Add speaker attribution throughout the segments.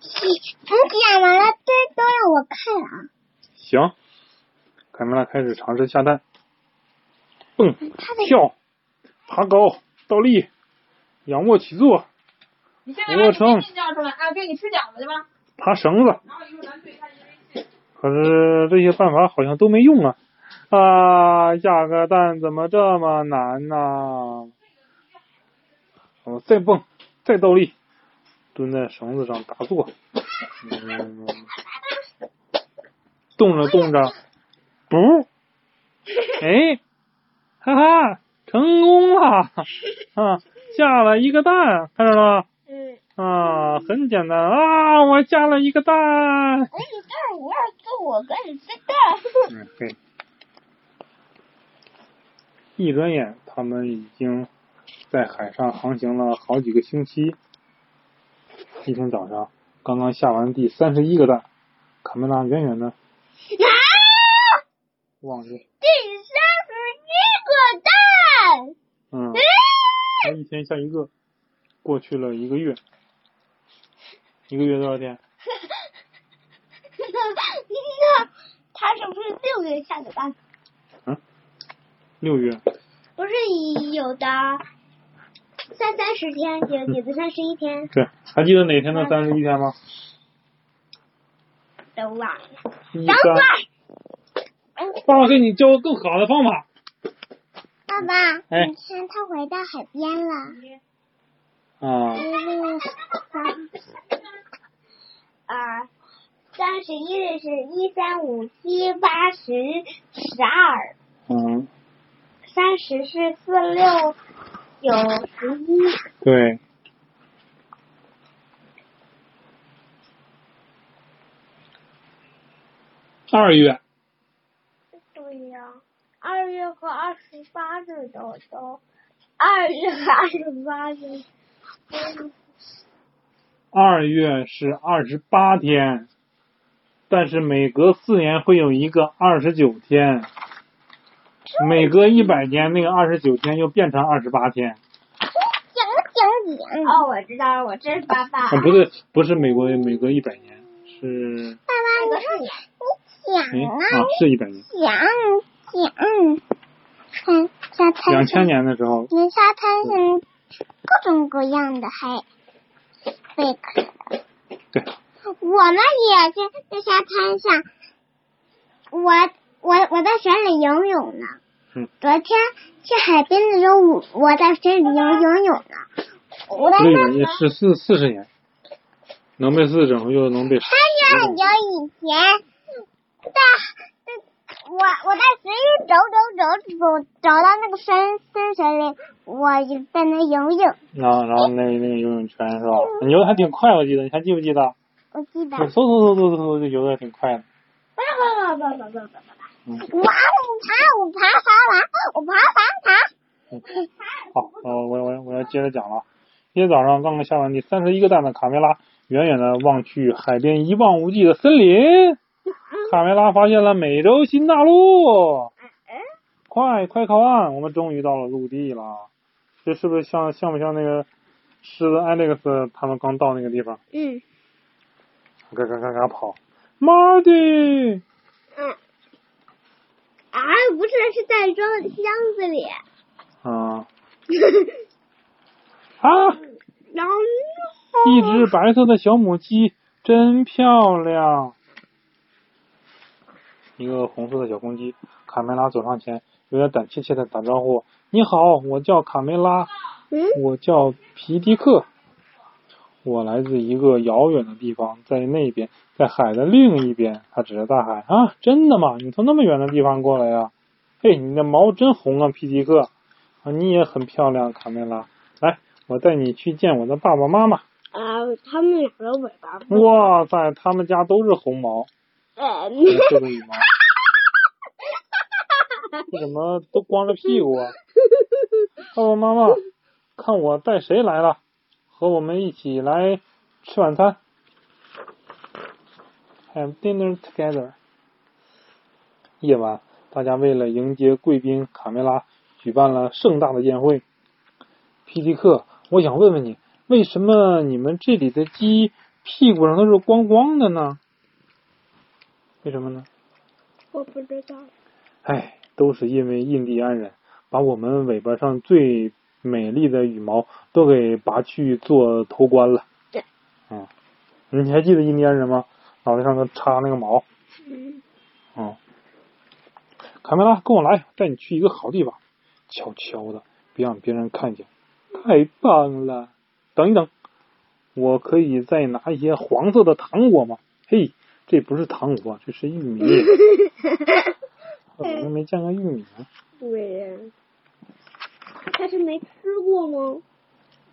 Speaker 1: 你你讲完了，这都让我看了啊。
Speaker 2: 行，凯梅拉开始尝试下蛋，蹦、
Speaker 1: 他的
Speaker 2: 跳、爬高、倒立、仰卧起坐、
Speaker 3: 你现在
Speaker 2: 俯卧
Speaker 3: 把你
Speaker 2: 撑
Speaker 3: 的劲叫出来啊！对你吃饺子去吧。
Speaker 2: 爬绳子。
Speaker 3: 然后一会儿咱对一下你的微信。
Speaker 2: 可是这些办法好像都没用啊！啊，下个蛋怎么这么难呢、我再蹦，再倒立，蹲在绳子上打坐。嗯，动着动着，不，哎，哈哈，成功了！啊，下了一个蛋，看着了吗？
Speaker 1: 嗯，
Speaker 2: 啊，很简单啊，我下了一个蛋。
Speaker 1: 我你这我要跟我跟你这个，
Speaker 2: 嗯，对。一转眼，他们已经在海上航行了好几个星期。一天早上，刚刚下完第三十一个蛋，卡梅拉远远的
Speaker 1: 啊，
Speaker 2: 望着，
Speaker 1: 第三十一个蛋，
Speaker 2: 嗯
Speaker 1: 嗯，，
Speaker 2: 才一天下一个，过去了一个月，一个月多少天？
Speaker 1: 那他是不是六月下的蛋？
Speaker 2: 六月，
Speaker 1: 不是有的三三十天，有有的三十一天
Speaker 2: 对，还记得哪天的三十一天吗？
Speaker 1: 都忘了。
Speaker 2: 一
Speaker 1: 等会
Speaker 2: 三，
Speaker 1: 儿，
Speaker 2: 爸爸给你教个更好的方法。
Speaker 1: 爸爸，
Speaker 2: 哎
Speaker 1: 你看他回到海边了。
Speaker 2: 啊，
Speaker 1: 嗯，三啊，三十一日是一三五七八十十二，
Speaker 2: 嗯，
Speaker 1: 三十是四六九十一。
Speaker 2: 对，二月，
Speaker 1: 对呀、二月和二十八日都都，二月和二十八日都
Speaker 2: 二月是二十八天，但是每隔四年会有一个二十九天，每隔一百年那个二十九天又变成二十八天。
Speaker 1: 讲讲讲。哦，我知道了，我这是爸爸。
Speaker 2: 啊，不对，不是美国每隔一百年，是
Speaker 1: 爸爸，你看你
Speaker 2: 哎
Speaker 1: 讲
Speaker 2: 啊是一百年，
Speaker 1: 讲讲，看沙滩
Speaker 2: 两千，年的时候，
Speaker 1: 那沙滩上各种各样的海贝壳。
Speaker 2: 对，
Speaker 1: 我们也是在沙滩上，我我我在水里游泳呢。
Speaker 2: 嗯
Speaker 1: 昨天去海边的时候，我我在水里游游泳呢。我在
Speaker 2: 不是一百
Speaker 1: 那
Speaker 2: 年是四四十年，能被四整又能被十
Speaker 1: 还有
Speaker 2: 整
Speaker 1: 有以前在我我在水里走走走走走到那个深深水里，我就在那游泳，
Speaker 2: 然后，然后那那个游泳圈是吧？你游的还挺快，我记得，你还记不记得？
Speaker 1: 我记得。
Speaker 2: 嗖嗖嗖嗖嗖嗖就游的挺快的。
Speaker 1: 哇！我爬我爬
Speaker 2: 嗯
Speaker 1: 我爬爬爬，我爬爬爬。
Speaker 2: 好，呃，我我我要接着讲了。今天早上刚刚下完第三十一个蛋的卡梅拉，远远的望去，海边一望无际的森林。卡梅拉发现了美洲新大陆，快快靠岸！我们终于到了陆地了。这是不是像像不像那个狮子艾利克斯他们刚到那个地方？
Speaker 1: 嗯
Speaker 2: 嘎嘎嘎嘎跑，妈的！
Speaker 1: 嗯。啊，不是，是在装箱子里，
Speaker 2: 啊啊！
Speaker 1: 然后
Speaker 2: 一只白色的小母鸡，真漂亮。一个红色的小公鸡，卡梅拉走上前，有点胆怯怯的打招呼：“你好，我叫卡梅拉，
Speaker 1: 嗯，
Speaker 2: 我叫皮迪克，我来自一个遥远的地方，在那边，在海的另一边。”他指着大海啊，真的吗？你从那么远的地方过来呀、嘿，你的毛真红啊，皮迪克，啊，你也很漂亮，卡梅拉。来，我带你去见我的爸爸妈妈。
Speaker 1: 啊，他们两个尾巴不
Speaker 2: 哇塞，他们家都是红毛，
Speaker 3: 哎
Speaker 1: 呃，
Speaker 2: 没是个羽毛。为什么都光着屁股啊？爸爸妈妈，看我带谁来了，和我们一起来吃晚餐。Have dinner together。夜晚，大家为了迎接贵宾卡梅拉，举办了盛大的宴会。皮迪克，我想问问你，为什么你们这里的鸡屁股上都是光光的呢？为什么呢？
Speaker 1: 我不知道。
Speaker 2: 唉，哎都是因为印第安人把我们尾巴上最美丽的羽毛都给拔去做头冠了。
Speaker 1: 对。
Speaker 2: 嗯，你还记得印第安人吗？脑袋上头插那个毛。
Speaker 1: 嗯，
Speaker 2: 嗯，卡梅拉，跟我来，带你去一个好地方，悄悄的，别让别人看见。太棒了！等一等，我可以再拿一些黄色的糖果吗？嘿，这不是糖果，这是玉 米。我们没见过玉米呢。
Speaker 1: 对呀。但是没吃过吗？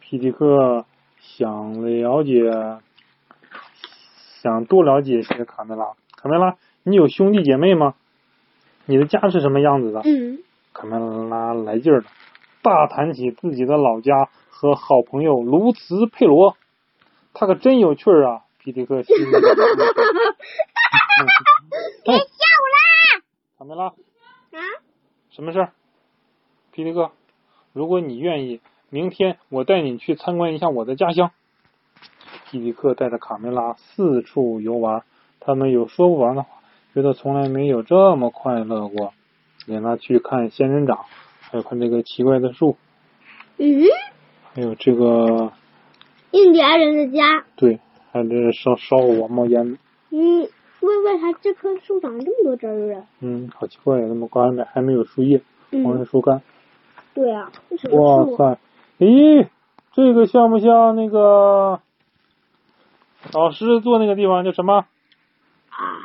Speaker 2: 皮迪克想了解，想多了解一些卡梅拉。卡梅拉，你有兄弟姐妹吗？你的家是什么样子的？
Speaker 1: 嗯，
Speaker 2: 卡梅拉来劲儿了，大谈起自己的老家和好朋友卢茨佩罗，他可真有趣儿啊！皮迪克心里
Speaker 1: 别笑啦！
Speaker 2: 卡梅拉，
Speaker 1: 啊，
Speaker 2: 什么事儿？皮迪克，如果你愿意，明天我带你去参观一下我的家乡。皮迪克带着卡梅拉四处游玩，他们有说不完的话，觉得从来没有这么快乐过。领他去看仙人掌，还有看这个奇怪的树，
Speaker 1: 嗯，
Speaker 2: 还有这个
Speaker 1: 印第安人的家。
Speaker 2: 对，还有这烧烧我冒烟，
Speaker 1: 嗯，为为啥这棵树长这么多枝儿啊？
Speaker 2: 嗯，好奇怪呀，那么高还没还没有树叶，光是
Speaker 1: 嗯，
Speaker 2: 树干。
Speaker 1: 对啊，这什
Speaker 2: 哇
Speaker 1: 么树？
Speaker 2: 塞，咦，这个像不像那个老师坐那个地方叫什么
Speaker 1: 啊，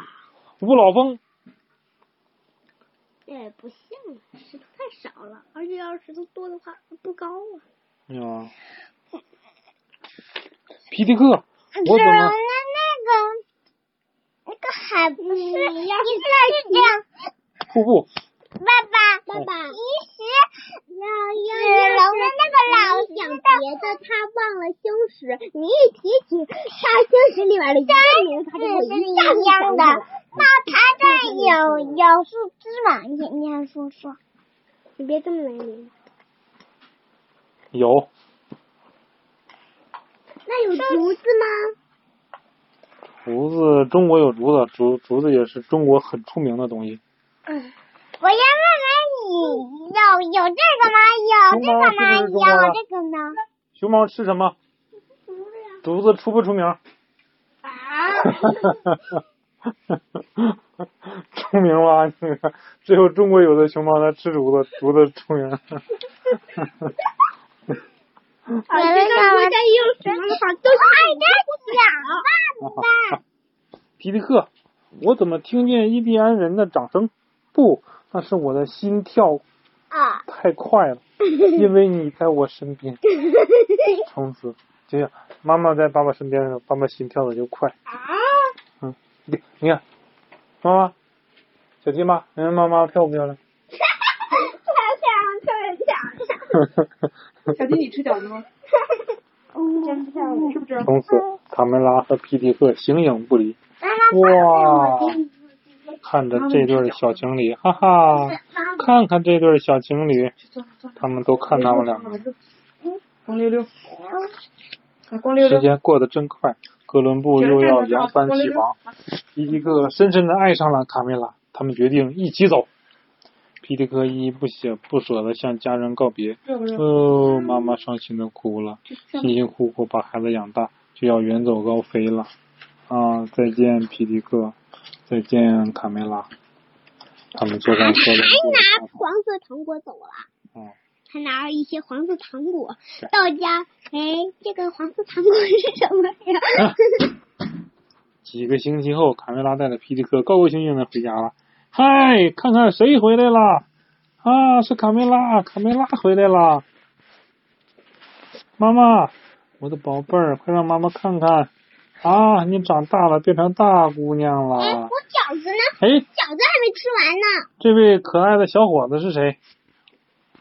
Speaker 2: 五老峰？
Speaker 1: 也不像啊，石头太少了，而且要是石头多的话不高啊。
Speaker 2: 啊，皮迪克，
Speaker 1: 是
Speaker 2: 我怎么
Speaker 1: 那个那个海不是，你是这样，
Speaker 2: 瀑布，
Speaker 1: 爸爸
Speaker 2: 爸爸
Speaker 1: 其实要要要是那个老想别的，他忘了星矢，你一提起他星矢里边的一个名字，他就会
Speaker 4: 是
Speaker 1: 一
Speaker 4: 一
Speaker 1: 下子想
Speaker 4: 样
Speaker 1: 起来。。
Speaker 4: 的那它这有有树枝嘛？你你还说说，
Speaker 1: 你别这么来理。
Speaker 2: 有
Speaker 1: 那有竹子吗？
Speaker 2: 竹子，中国有竹子，竹竹子也是中国很出名的东西。
Speaker 4: 我要问问你，有有这个吗？有这个吗？
Speaker 2: 熊猫是熊猫吃
Speaker 4: 有这个呢？
Speaker 2: 什么？竹子出不出名？
Speaker 1: 啊
Speaker 2: 出名吗？ 这个只有中国有的熊猫它吃竹子，竹子出名。
Speaker 1: 啊，这个国家也有什么的话，都是爱的
Speaker 4: 想
Speaker 1: 哎
Speaker 4: 爸爸，
Speaker 2: 皮迪克，我怎么听见印第安人的掌声？不，那是我的心跳
Speaker 1: 啊。
Speaker 2: 太快 了，因为你在我身边。从此，就像妈妈在爸爸身边的时候，爸爸心跳的就快。
Speaker 1: 啊
Speaker 2: 嗯，你你看，妈妈，小鸡妈，你看妈妈漂不漂亮？
Speaker 3: 小弟，你吃饺子吗？真漂
Speaker 1: 嗯
Speaker 3: 亮，是不是？
Speaker 2: 从此，卡梅拉和皮迪克形影不离。哇！看着这对小情侣，哈哈！看看这对小情侣，他们都看他们两个。
Speaker 3: 光溜溜，啊，光溜
Speaker 2: 时
Speaker 3: 溜。
Speaker 2: 间过得真快，哥伦布又要扬帆起航。皮迪克深深的爱上了卡梅拉，他们决定一起走。皮迪克依依不舍不舍的向家人告别。
Speaker 3: 热不热？
Speaker 2: 哦，
Speaker 1: 嗯
Speaker 2: 妈妈伤心的哭了，辛辛苦苦把孩子养大，就要远走高飞了。啊，再见，皮迪克，再见，卡梅拉。他们坐上车轮
Speaker 1: 哎拿
Speaker 2: 布，
Speaker 1: 黄色糖果走了。
Speaker 2: 嗯，
Speaker 1: 他拿了一些黄色糖果
Speaker 2: 对
Speaker 1: 到家，哎，这个黄色糖果是什么呀？
Speaker 2: 几个星期后，卡梅拉带着皮迪克高高兴兴的回家了。嗨，看看谁回来了？啊，是卡梅拉，卡梅拉回来了。妈妈，我的宝贝儿，快让妈妈看看。啊，你长大了，变成大姑娘
Speaker 1: 哎，
Speaker 2: 了
Speaker 1: 我。饺子呢？
Speaker 2: 哎，
Speaker 1: 饺子还没吃完呢。
Speaker 2: 这位可爱的小伙子是谁？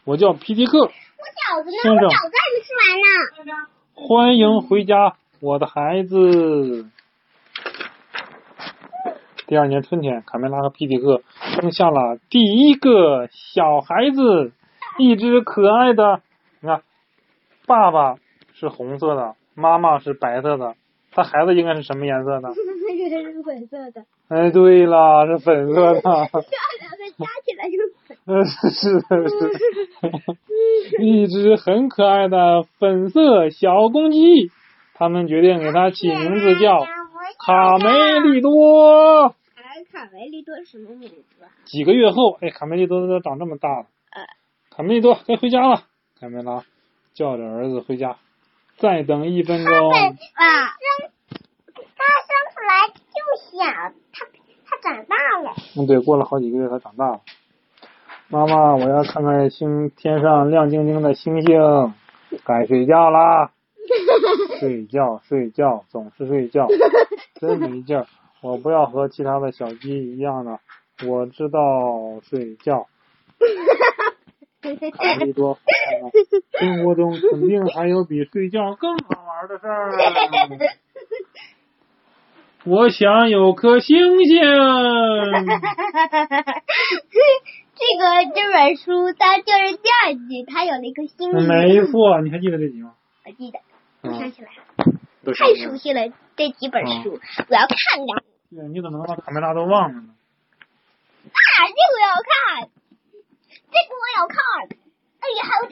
Speaker 2: 我叫皮迪克，
Speaker 1: 我饺子呢？
Speaker 2: 先
Speaker 1: 我
Speaker 2: 生
Speaker 1: 饺子还没吃完呢。
Speaker 2: 欢迎回家，我的孩子。第二年春天，卡梅拉和皮迪克生下了第一个小孩子，一只可爱的。你看，爸爸是红色的，妈妈是白色的，他孩子应该是什么颜 色的？
Speaker 3: 这个是粉色的，
Speaker 2: 哎，对了，是粉色的。
Speaker 3: 漂亮的加起来就是粉。
Speaker 2: 嗯， 是的，是的，一只很可爱的粉色小公鸡，他们决定给它起名字
Speaker 1: 哎
Speaker 2: 叫卡梅利多。
Speaker 3: 哎，卡梅利多什么名字啊？
Speaker 2: 几个月后，哎，卡梅利多都长这么大了
Speaker 3: 哎，
Speaker 2: 卡梅利多该回家了。卡梅拉叫着儿子回家，再等一分钟。
Speaker 1: 啊，生他生出来就小，他他长大了。
Speaker 2: 嗯，对，过了好几个月，他长大了。妈妈，我要看看星天上亮晶晶的星星，该睡觉啦。睡觉，睡觉，总是睡觉，真没劲儿。我不要和其他的小鸡一样了，我知道睡觉。卡梅利多，啊生活中肯定还有比睡觉更好玩的事儿。啊 我想有颗星星。
Speaker 3: 这个这本书它就是第二季，它有了一个星星。
Speaker 2: 没错，你还记得这集吗？
Speaker 3: 我记得，我想
Speaker 2: 嗯，
Speaker 3: 起来了，
Speaker 2: 对
Speaker 3: 太熟悉了这几本书，我要看的。
Speaker 2: 对，你怎么能把卡梅拉都忘了呢？
Speaker 3: 啊，这个我要看，这个我要看。哎呀，还有。